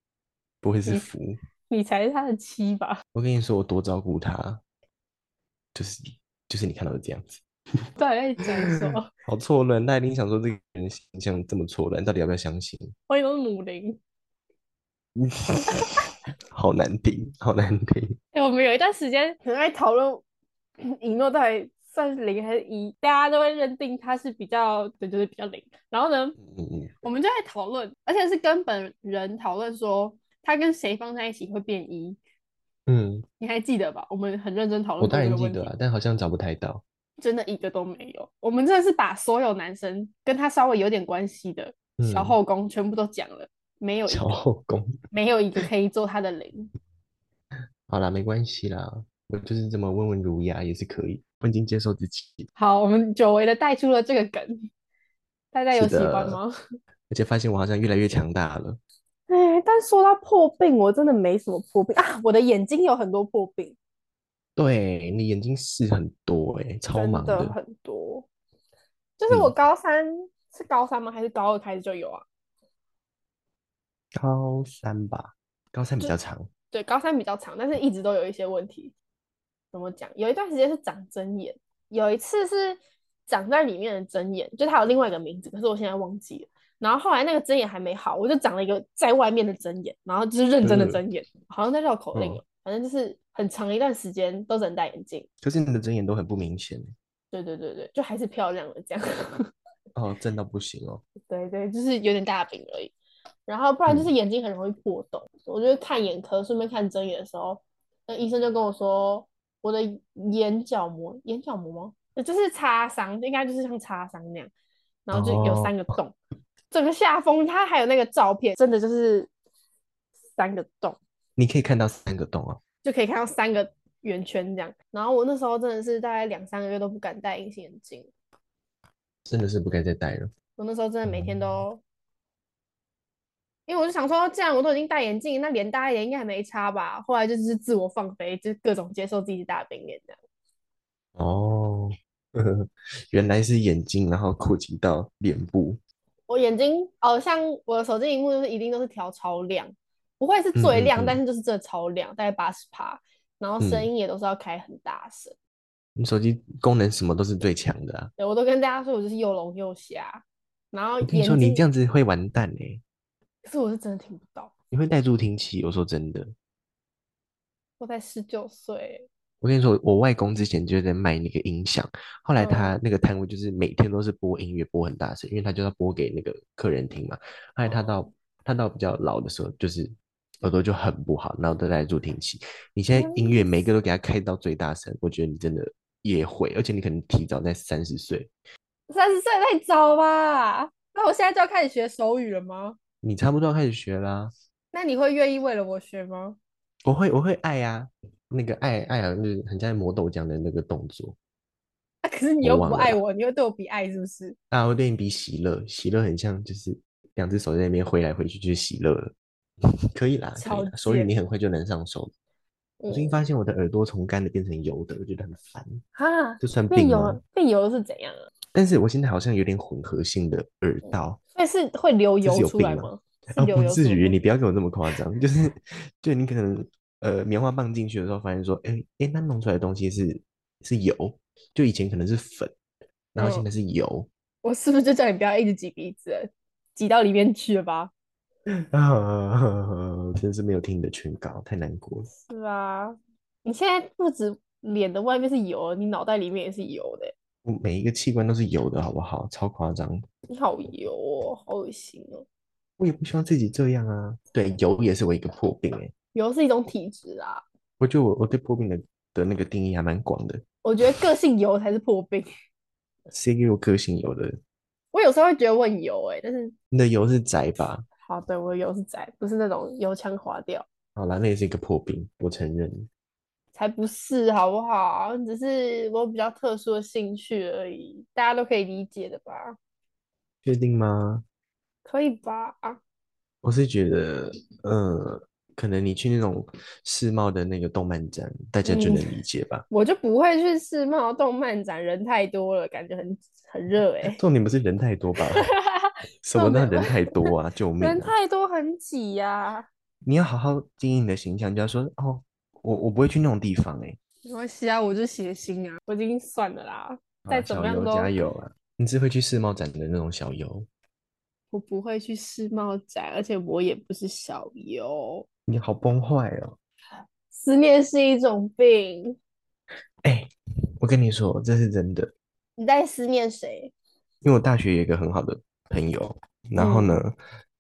Speaker 2: 不会是
Speaker 1: 你
Speaker 2: 夫。
Speaker 1: 你才是他的妻吧？
Speaker 2: 我跟你说，我多照顾他，就是就是你看到的这样子，
Speaker 1: 到底在讲什么？
Speaker 2: 好错乱。他一定想说这个人形象这么错乱，到底要不要相信？
Speaker 1: 欢迎努林。
Speaker 2: 好难听，好难 听。
Speaker 1: 哎、我们有一段时间很爱讨论 一诺到底算是零还是一，大家都会认定它是比较，对，就是比较零。然后呢，
Speaker 2: 嗯嗯嗯，
Speaker 1: 我们就在讨论，而且是跟本人讨论说，他跟谁放在一起会变一，
Speaker 2: 嗯，
Speaker 1: 你还记得吧？我们很认真讨
Speaker 2: 我
Speaker 1: 论过
Speaker 2: 当
Speaker 1: 这
Speaker 2: 然
Speaker 1: 个
Speaker 2: 记
Speaker 1: 问题
Speaker 2: 得，啊，但好像找不太到。
Speaker 1: 真的一个都没有。我们真的是把所有男生跟他稍微有点关系的小
Speaker 2: 嗯，
Speaker 1: 后宫全部都讲了，没有一
Speaker 2: 小
Speaker 1: 个，
Speaker 2: 后宫。
Speaker 1: 没有一个可以做他的零。
Speaker 2: 好啦，没关系啦，我就是这么温文儒雅也是可以，我已经接受自己。
Speaker 1: 好，我们久违的带出了这个梗，大家
Speaker 2: 是
Speaker 1: 有喜欢
Speaker 2: 的，
Speaker 1: 吗？
Speaker 2: 而且发现我好像越来越强大了。
Speaker 1: 哎，但说到破病，我真的没什么破病啊，我的眼睛有很多破病，
Speaker 2: 对，你眼睛是很多哎、超
Speaker 1: 真
Speaker 2: 忙
Speaker 1: 的
Speaker 2: 的。
Speaker 1: 很多。就是我
Speaker 2: 嗯，
Speaker 1: 高三是高三吗？还是高二开始就有啊？
Speaker 2: 高三吧，高三比
Speaker 1: 就
Speaker 2: 较长。
Speaker 1: 对，高三比较长，但是一直都有一些问题。怎么讲？有一段时间是长针眼，有一次是长在里面的针眼，就它有另外一个名字，可是我现在忘记了。然后后来那个针眼还没好，我就长了一个在外面的针眼，然后就是认真的
Speaker 2: 呃，
Speaker 1: 针眼，好像在绕口令
Speaker 2: 嗯，
Speaker 1: 哦，反正就是很长一段时间都只能戴眼镜。
Speaker 2: 可是你的针眼都很不明显欸
Speaker 1: 对对对对，就还是漂亮的这样。
Speaker 2: 哦，正到不行哦。
Speaker 1: 对对，就是有点大饼而已。然后不然就是
Speaker 2: 嗯，
Speaker 1: 眼睛很容易破洞，我就是看眼科，顺便看针眼的时候，那医生就跟我说我的眼角膜，眼角膜吗？呃就是擦伤，应该就是像擦伤那样，然后就有
Speaker 2: 哦，
Speaker 1: 三个洞，整个下风它还有那个照片，真的就是三个洞，
Speaker 2: 你可以看到三个洞哦。
Speaker 1: 就可以看到三个圆圈这样。然后我那时候真的是大概两三个月都不敢戴隐形眼镜，
Speaker 2: 真的是不该再戴了。
Speaker 1: 我那时候真的每天
Speaker 2: 嗯，
Speaker 1: 都。因为我就想说，既然我都已经戴眼镜，那脸大一点应该也没差吧。后来就只是自我放飞，就各种接受自己是大饼脸这样。
Speaker 2: 哦， 原来是眼睛，然后扩及到脸部。
Speaker 1: 我眼睛哦，像我的手机荧幕就是一定都是调超亮，不会是最
Speaker 2: 嗯嗯
Speaker 1: 亮，但
Speaker 2: 嗯
Speaker 1: 是就是真的超亮，大概八十趴。然后声
Speaker 2: 嗯，
Speaker 1: 音也都是要开很大声。
Speaker 2: 你手机功能什么都是最强的啊。
Speaker 1: 对，我都跟大家说我就是又聋又瞎，然后
Speaker 2: 我跟你
Speaker 1: 哦眼
Speaker 2: 说，你这
Speaker 1: 睛，
Speaker 2: 样子会完蛋嘞、
Speaker 1: 可是我是真的听不到。
Speaker 2: 你会带助听器。我说真的，
Speaker 1: 我才十九岁，
Speaker 2: 我跟你说，我外公之前就在卖那个音响，后来
Speaker 1: 嗯，
Speaker 2: 他那个摊位就是每天都是播音乐，播很大声，因为他就要播给那个客人听嘛。后来他
Speaker 1: 哦，
Speaker 2: 到他到比较老的时候，就是耳朵就很不好，然后都带助听器。你现在音
Speaker 1: 天
Speaker 2: 乐每个都给他开到最大声，我觉得你真的也会，而且你可能提早在三十岁，
Speaker 1: 三十岁太早吧？那我现在就要开始学手语了吗？
Speaker 2: 你差不多要开始学啦。
Speaker 1: 那你会愿意为了我学吗？
Speaker 2: 我会我会爱啊，那个爱爱好像就是很像磨豆浆的那个动作，
Speaker 1: 啊，可是你
Speaker 2: 我
Speaker 1: 又不
Speaker 2: 忘了
Speaker 1: 爱
Speaker 2: 啦。
Speaker 1: 我，你又对我比爱，是不是？
Speaker 2: 啊，我对你比喜乐，喜乐很像，就是两只手在那边挥来挥去，就是喜乐了。 可以啦，可以
Speaker 1: 超
Speaker 2: 啦，手语
Speaker 1: 贱，
Speaker 2: 你很快就能上手。我最近
Speaker 1: 嗯，
Speaker 2: 发现我的耳朵从干的变成油的，我觉得很烦，
Speaker 1: 哈，
Speaker 2: 这算
Speaker 1: 变
Speaker 2: 病
Speaker 1: 油
Speaker 2: 吗？
Speaker 1: 了，变油是怎样啊？
Speaker 2: 但是我现在好像有点混合性的耳道，
Speaker 1: 所以是会流
Speaker 2: 这是
Speaker 1: 油
Speaker 2: 有
Speaker 1: 出
Speaker 2: 病
Speaker 1: 来
Speaker 2: 吗？
Speaker 1: 吗？嗯是
Speaker 2: 啊，
Speaker 1: 流
Speaker 2: 不
Speaker 1: 油
Speaker 2: 至
Speaker 1: 出来
Speaker 2: 于，
Speaker 1: 吗？
Speaker 2: 你不要跟我这么夸张，就是就你可能呃棉花棒进去的时候，发现说，哎哎，那弄出来的东西是是油，就以前可能是粉，然后现
Speaker 1: 嗯，
Speaker 2: 在是油
Speaker 1: 我是不是就叫你不要一直挤鼻子了，挤到里面去了吧？
Speaker 2: 啊， 真是没有听你的劝告，太难过了。
Speaker 1: 是啊，你现在不止脸的外面是油，你脑袋里面也是油的欸，
Speaker 2: 我每一个器官都是油的，好不好？超夸张，
Speaker 1: 你好油哦，好恶心哦。
Speaker 2: 我也不希望自己这样啊。对，油也是我一个破病哎、
Speaker 1: 油是一种体质啊，
Speaker 2: 我觉得我我对破病的的那个定义还蛮广的，
Speaker 1: 我觉得个性油才是破病。
Speaker 2: 谁给我个性油的？
Speaker 1: 我有时候会觉得我很油哎、但是
Speaker 2: 你的油是宅吧？
Speaker 1: 好，对，我的油是宅，不是那种油腔滑调。
Speaker 2: 好啦，那也是一个破病，我承认。
Speaker 1: 才不是好不好？只是我比较特殊的兴趣而已，大家都可以理解的吧？
Speaker 2: 确定吗？
Speaker 1: 可以吧？
Speaker 2: 我是觉得，呃，可能你去那种世贸的那个动漫展，大家就
Speaker 1: 嗯
Speaker 2: 能理解吧。
Speaker 1: 我就不会去世贸动漫展，人太多了，感觉很很热哎、
Speaker 2: 重点不是人太 多吧？什么
Speaker 1: 重
Speaker 2: 叫
Speaker 1: 点
Speaker 2: 人太多啊？救命
Speaker 1: 人
Speaker 2: 啊！
Speaker 1: 太多很挤呀、
Speaker 2: 你要好好经营你的形象，就要说哦，我我不会去那种地方哎、
Speaker 1: 没关系啊，我就写心啊，我已经算了啦，
Speaker 2: 欸。
Speaker 1: 再
Speaker 2: 啊，
Speaker 1: 怎么
Speaker 2: 小
Speaker 1: 样
Speaker 2: 游
Speaker 1: 都
Speaker 2: 加油啊！你是会去世贸展的那种小游，
Speaker 1: 我不会去世贸展，而且我也不是小优。
Speaker 2: 你好崩坏哦。
Speaker 1: 思念是一种病，
Speaker 2: 哎、我跟你说，这是真的，
Speaker 1: 你在思念谁？
Speaker 2: 因为我大学有一个很好的朋友，然后
Speaker 1: 嗯
Speaker 2: 呢，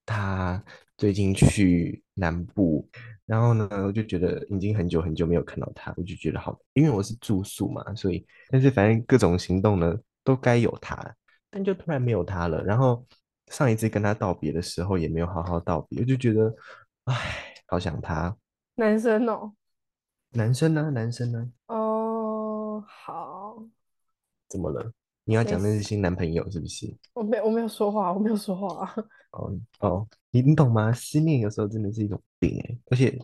Speaker 2: 他最近去南部，然后呢，我就觉得已经很久很久没有看到他，我就觉得好，因为我是住宿嘛，所以但是反正各种行动呢都该有他，但就突然没有他了。然后上一次跟他道别的时候也没有好好道别，我就觉得，唉，好想他。
Speaker 1: 男生哦。
Speaker 2: 男生呢、男生啊呢、
Speaker 1: 哦，好，
Speaker 2: 怎么了？你要
Speaker 1: 没
Speaker 2: 讲那是
Speaker 1: 事
Speaker 2: 新男朋友是不是？
Speaker 1: 我没我没有说话，我没有说话。
Speaker 2: 哦哦，你你懂吗？思念有时候真的是一种病哎，而且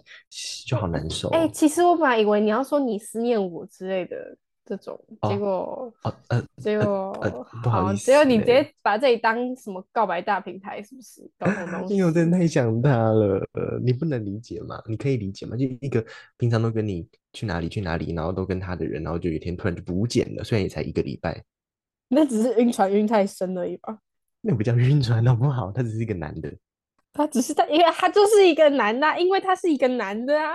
Speaker 2: 就好难受
Speaker 1: 哎、
Speaker 2: 哦。
Speaker 1: 其实我本来以为你要说你思念我之类的这种，结
Speaker 2: 哦
Speaker 1: 果
Speaker 2: 哦呃
Speaker 1: 结
Speaker 2: 呃
Speaker 1: 果
Speaker 2: 呃，不好意
Speaker 1: 好，结果
Speaker 2: 思
Speaker 1: 你直接
Speaker 2: 嘞，
Speaker 1: 把这里当什么告白大平台，是不是？搞这种东
Speaker 2: 因为我真的
Speaker 1: 西。
Speaker 2: 太想他了，呃你不能理解吗？你可以理解吗？就一个平常都跟你去哪里去哪里，然后都跟他的人，然后就有一天突然就不见了，虽然也才一个礼拜，
Speaker 1: 那只是晕船晕太深而已吧。
Speaker 2: 那不叫晕船好不好？他只是一个男的
Speaker 1: 他只是他，因为他就是一个男的啊、因为他是一个男的啊。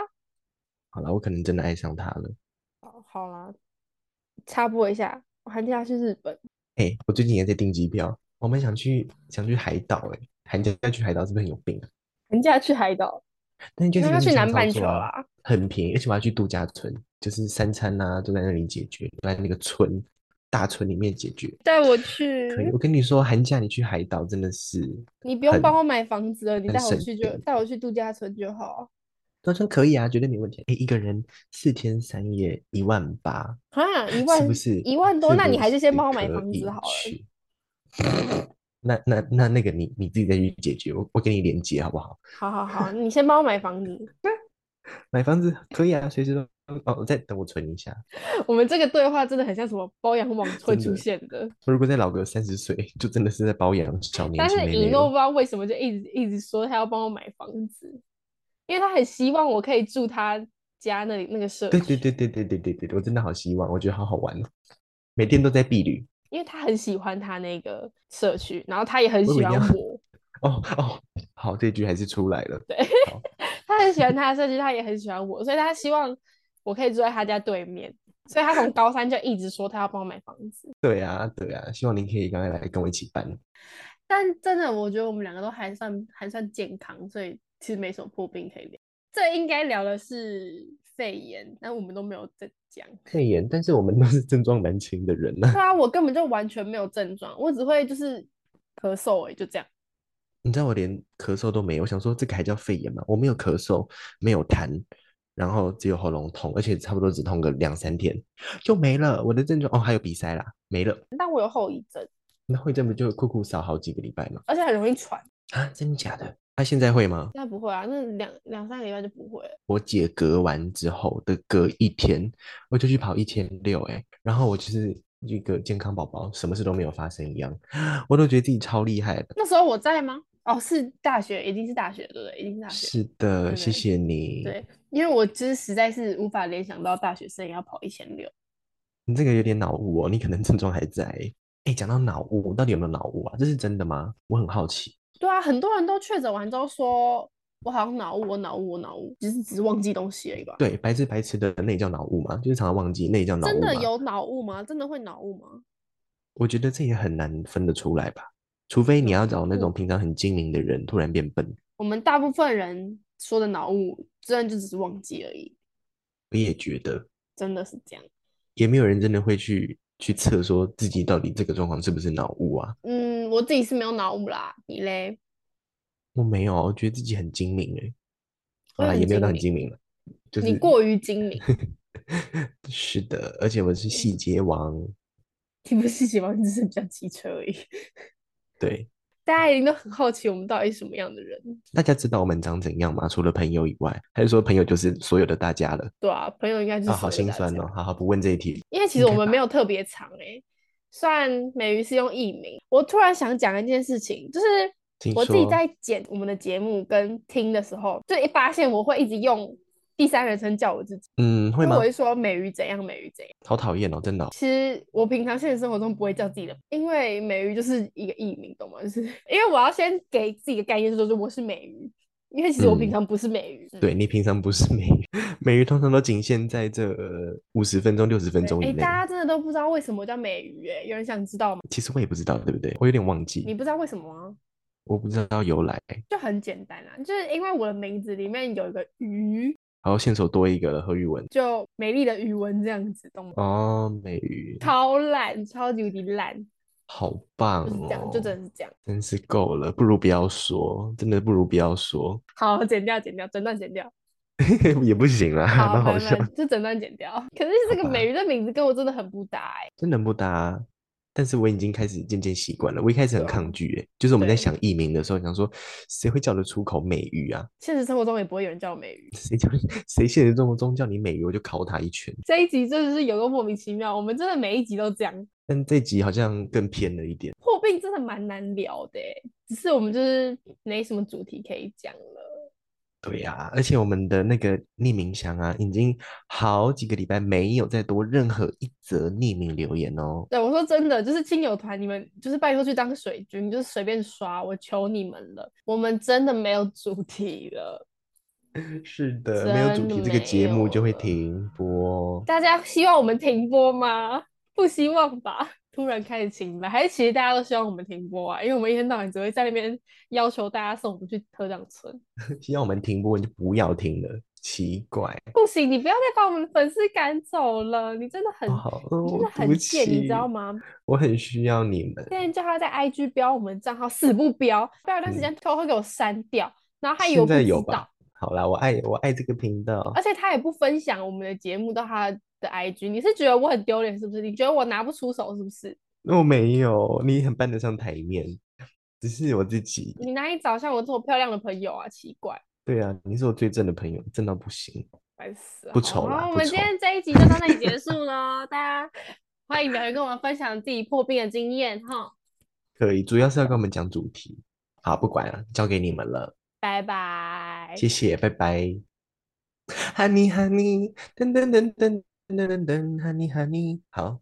Speaker 2: 好了，我可能真的爱上他了。
Speaker 1: 好，好啦，插播一下，我寒假去日本，
Speaker 2: 哎，我最近也在订机票，我们想去想去海岛哎，寒假要去海岛是不是很有病啊？
Speaker 1: 寒假去海岛，
Speaker 2: 但就是
Speaker 1: 那要
Speaker 2: 一个逆
Speaker 1: 去
Speaker 2: 向
Speaker 1: 南
Speaker 2: 操
Speaker 1: 半
Speaker 2: 作
Speaker 1: 球
Speaker 2: 啊，
Speaker 1: 啦。
Speaker 2: 很便宜，而且我要去度假村，就是三餐啊都在那里解决，都在那个村大村里面解决。
Speaker 1: 带我
Speaker 2: 可以，
Speaker 1: 去，
Speaker 2: 我跟你说，寒假你去海岛真的是
Speaker 1: 你不用
Speaker 2: 很，
Speaker 1: 帮我买房子了，你
Speaker 2: 很
Speaker 1: 带我
Speaker 2: 省
Speaker 1: 去就
Speaker 2: 钱。
Speaker 1: 带我去度假村就好
Speaker 2: 他说可以啊，绝对没问题。哎，一个人四天三夜一万八，
Speaker 1: 啊。一
Speaker 2: 是
Speaker 1: 万
Speaker 2: 不是？
Speaker 1: 一万多，
Speaker 2: 是
Speaker 1: 那你
Speaker 2: 不
Speaker 1: 还是
Speaker 2: 是
Speaker 1: 先帮我买
Speaker 2: 可
Speaker 1: 房子
Speaker 2: 以
Speaker 1: 好了。
Speaker 2: 去？ 那那那那个你你自己再去解决，我我给你连接好不好？
Speaker 1: 好好好，你先帮我买房子。
Speaker 2: 买房子可以啊，随时都哦，再等我存一下。
Speaker 1: 我们这个对话真的很像什么包养 网会
Speaker 2: 真
Speaker 1: 出
Speaker 2: 的，
Speaker 1: 现的，
Speaker 2: 我如果再老个三十岁，就真的是在保养小年
Speaker 1: 但
Speaker 2: 轻哦
Speaker 1: 是
Speaker 2: 妹
Speaker 1: 尹
Speaker 2: 妹
Speaker 1: 诺
Speaker 2: 了。
Speaker 1: 不知道为什么就一直一直说他要帮我买房子，因为他很希望我可以住他家那里那个社
Speaker 2: 对对对
Speaker 1: 区，
Speaker 2: 对对对对对，我真的好希望，我觉得好好玩哦，每天都在避旅。
Speaker 1: 因为他很喜欢他那个社区，然后他也很
Speaker 2: 我以为
Speaker 1: 喜
Speaker 2: 你
Speaker 1: 欢
Speaker 2: 要
Speaker 1: 我，
Speaker 2: 哦哦， 好，这句还是出来了。
Speaker 1: 对，
Speaker 2: 好，
Speaker 1: 他很喜欢他的社区，他也很喜欢我，所以他希望我可以住在他家对面，所以他从高三就一直说他要帮我买房子，
Speaker 2: 对啊对啊，希望您可以赶快来跟我一起搬。
Speaker 1: 但真的，我觉得我们两个都还算还算健康，所以其实没什么破病可以聊。这应该聊的是肺炎，但我们都没有在讲。
Speaker 2: 肺炎，但是我们都是症状蛮轻的人呢、
Speaker 1: 对啊，我根本就完全没有症状，我只会就是咳嗽而已，就这样。
Speaker 2: 你知道我连咳嗽都没有，我想说这个还叫肺炎吗？我没有咳嗽，没有痰，然后只有喉咙痛，而且差不多只痛个两三天就没了。我的症状哦，还有鼻塞啦，没了。
Speaker 1: 但我有后遗症，
Speaker 2: 那会这么就酷酷扫好几个礼拜吗？
Speaker 1: 而且很容易喘。
Speaker 2: 啊，真的假的？他、现在会吗？
Speaker 1: 现在不会啊，那两两三个礼拜就不会了。
Speaker 2: 我解隔完之后的隔一天，我就去跑一千六，哎，然后我就是一个健康宝宝，什么事都没有发生一样， 我都觉得自己超厉害的。
Speaker 1: 那时候我在吗？哦，是大学，一定是大学，对不对？一定是大学。
Speaker 2: 是的，
Speaker 1: 对
Speaker 2: 谢谢你，
Speaker 1: 对，因为我就是实在是无法联想到大学生也要跑一千六。
Speaker 2: 你这个有点脑雾哦，你可能症状还在欸。哎，讲到脑雾，到底有没有脑雾啊？这是真的吗？我很好奇。
Speaker 1: 对啊，很多人都确诊完之后说，我好像脑雾，我脑雾，我脑雾，只是只是忘记东西而已吧？
Speaker 2: 对，白痴白痴的那也叫脑雾吗？就是常常忘记，那也叫脑
Speaker 1: 真
Speaker 2: 雾
Speaker 1: 的
Speaker 2: 吗？
Speaker 1: 有脑雾吗？真的会脑雾吗？
Speaker 2: 我觉得这也很难分得出来吧，除非你
Speaker 1: 脑
Speaker 2: 要找那种
Speaker 1: 雾，
Speaker 2: 平常很精明的人突然变笨。
Speaker 1: 我们大部分人说的脑雾，真的就只是忘记而已，
Speaker 2: 我也觉得，
Speaker 1: 真的是这样。
Speaker 2: 也没有人真的会去去测说自己到底这个状况是不是脑雾啊。
Speaker 1: 嗯，我自己是没有脑雾啦，你嘞？
Speaker 2: 我没有啊，我觉得自己很精明诶。
Speaker 1: 我
Speaker 2: 啊，
Speaker 1: 很
Speaker 2: 也没
Speaker 1: 精
Speaker 2: 有到很
Speaker 1: 明
Speaker 2: 精明了，就
Speaker 1: 你
Speaker 2: 是
Speaker 1: 过于精明，
Speaker 2: 是的，而且我是
Speaker 1: 嗯
Speaker 2: 细节王，
Speaker 1: 你不是喜欢，只是比较机车而已。
Speaker 2: 对，
Speaker 1: 大家一定都很好奇我们到底是什么样的人，
Speaker 2: 大家知道我们长怎样吗？除了朋友以外，还是说朋友就是所有的大家了？
Speaker 1: 对啊，朋友应该就是
Speaker 2: 啊，好
Speaker 1: 所有
Speaker 2: 心
Speaker 1: 大
Speaker 2: 酸
Speaker 1: 家
Speaker 2: 哦，好好不问这一题，
Speaker 1: 因为其实
Speaker 2: 应
Speaker 1: 我
Speaker 2: 该
Speaker 1: 们
Speaker 2: 吧
Speaker 1: 没有特别长诶、虽然美鱼是用艺名，我突然想讲一件事情，就是
Speaker 2: 听
Speaker 1: 我自己
Speaker 2: 说
Speaker 1: 在剪我们的节目跟听的时候，就一发现我会一直用第三人称叫我自己，
Speaker 2: 嗯，会
Speaker 1: 就
Speaker 2: 吗
Speaker 1: 我？会说美鱼怎样，美鱼怎样。
Speaker 2: 好讨厌哦，真的哦、
Speaker 1: 其实我平常现实生活中不会叫自己的，因为美鱼就是一个艺名，懂吗？就是 因为我要先给自己一个概念，就是我是美鱼，因为其实我平
Speaker 2: 嗯
Speaker 1: 常不是美鱼。嗯
Speaker 2: 对你平常不是美语，美语通常都仅限在这五十分钟、六十分
Speaker 1: 对
Speaker 2: 钟以
Speaker 1: 哎，
Speaker 2: 内。
Speaker 1: 大家真的都不知道为什么我叫美鱼，哎，有人想知道吗？
Speaker 2: 其实我也不知道，对不对？我有点忘
Speaker 1: 你
Speaker 2: 记，
Speaker 1: 不知道为什么吗？
Speaker 2: 我不知道由来。
Speaker 1: 就很简单啦，就是因为我的名字里面有一个鱼，
Speaker 2: 然后线索多一个了，何宇文。
Speaker 1: 就美丽的语文这样子，懂吗？
Speaker 2: 哦，美语，
Speaker 1: 超烂，超级无敌烂，
Speaker 2: 好棒
Speaker 1: 就是这样，就
Speaker 2: 哦，
Speaker 1: 真的是这样。
Speaker 2: 真是够了，不如不要说，真的不如不要说，
Speaker 1: 好，剪掉，剪掉，整段剪掉。
Speaker 2: 也不行啦，
Speaker 1: 好， 反
Speaker 2: 蛮好
Speaker 1: 正
Speaker 2: 笑
Speaker 1: 反，正就整段剪掉。可是
Speaker 2: 好
Speaker 1: 这个
Speaker 2: 吧
Speaker 1: 美鱼的名字跟我真的很不搭哎、
Speaker 2: 真的不搭。啊但是我已经开始渐渐习惯了，我一开始很
Speaker 1: 对啊
Speaker 2: 抗拒，哎，就是我们在
Speaker 1: 对
Speaker 2: 想艺名的时候，想说谁会叫得出口美语啊？
Speaker 1: 现实生活中也不会有人叫我美鱼。
Speaker 2: 谁叫谁现实生活中叫你美鱼，我就拷他一拳。
Speaker 1: 这一集真的是有个莫名其妙，我们真的每一集都这样。
Speaker 2: 但这集好像更偏了一点，
Speaker 1: 破病真的蛮难聊的欸，只是我们就是没什么主题可以讲了。
Speaker 2: 对呀、而且我们的那个匿名箱啊，已经好几个礼拜没有再多任何一则匿名留言哦。
Speaker 1: 对，我说真的，就是亲友团，你们就是拜托去当水军，就是随便刷，我求你们了，我们真的没有主题了。
Speaker 2: 是的，没有主
Speaker 1: 真的
Speaker 2: 题，这个节
Speaker 1: 没
Speaker 2: 目就
Speaker 1: 有
Speaker 2: 会
Speaker 1: 了
Speaker 2: 停播。
Speaker 1: 大家希望我们停播吗？不希望吧。突然开始停了，还是其实大家都希望我们停播啊？因为我们一天到晚只会在那边要求大家送我们去合掌村，
Speaker 2: 希望我们停播，你就不要停了，奇怪。
Speaker 1: 不行，你不要再把我们的粉丝赶走了，你真的很，
Speaker 2: 好，
Speaker 1: 你真
Speaker 2: 哦
Speaker 1: 的
Speaker 2: 对不
Speaker 1: 很贱，你知道
Speaker 2: 起
Speaker 1: 吗？
Speaker 2: 我很需要你们。
Speaker 1: 现在叫他在 IG 标我们账号，死不标，标一段时
Speaker 2: 嗯
Speaker 1: 间偷偷给我删掉，然后他以为
Speaker 2: 现
Speaker 1: 我不
Speaker 2: 在有
Speaker 1: 知
Speaker 2: 吧
Speaker 1: 道，？
Speaker 2: 好啦，我爱我爱这个频道
Speaker 1: 而。且他也不分享我们的节目到他的 IG。你是觉得我很丢脸是不是？你觉得我拿不出手是不是？
Speaker 2: 我没有，你很搬得上台面，只是我自己。
Speaker 1: 你哪里找像我这么漂亮的朋友啊？奇怪，
Speaker 2: 对啊，你是我最正的朋友，正到不行。
Speaker 1: 烦死了。
Speaker 2: 不
Speaker 1: 好
Speaker 2: 丑啦
Speaker 1: 好，我
Speaker 2: 不
Speaker 1: 们今
Speaker 2: 丑
Speaker 1: 天这一集就到那里结束喽， 大家欢迎留言跟我们分享自己破冰的经验哈，
Speaker 2: 可以，主要是要跟我们讲主题。好，不管了，交给你们了，
Speaker 1: 拜拜。
Speaker 2: 谢谢，拜拜。Honey Honey，噔噔噔噔噔噔噔噔，Honey Honey，好。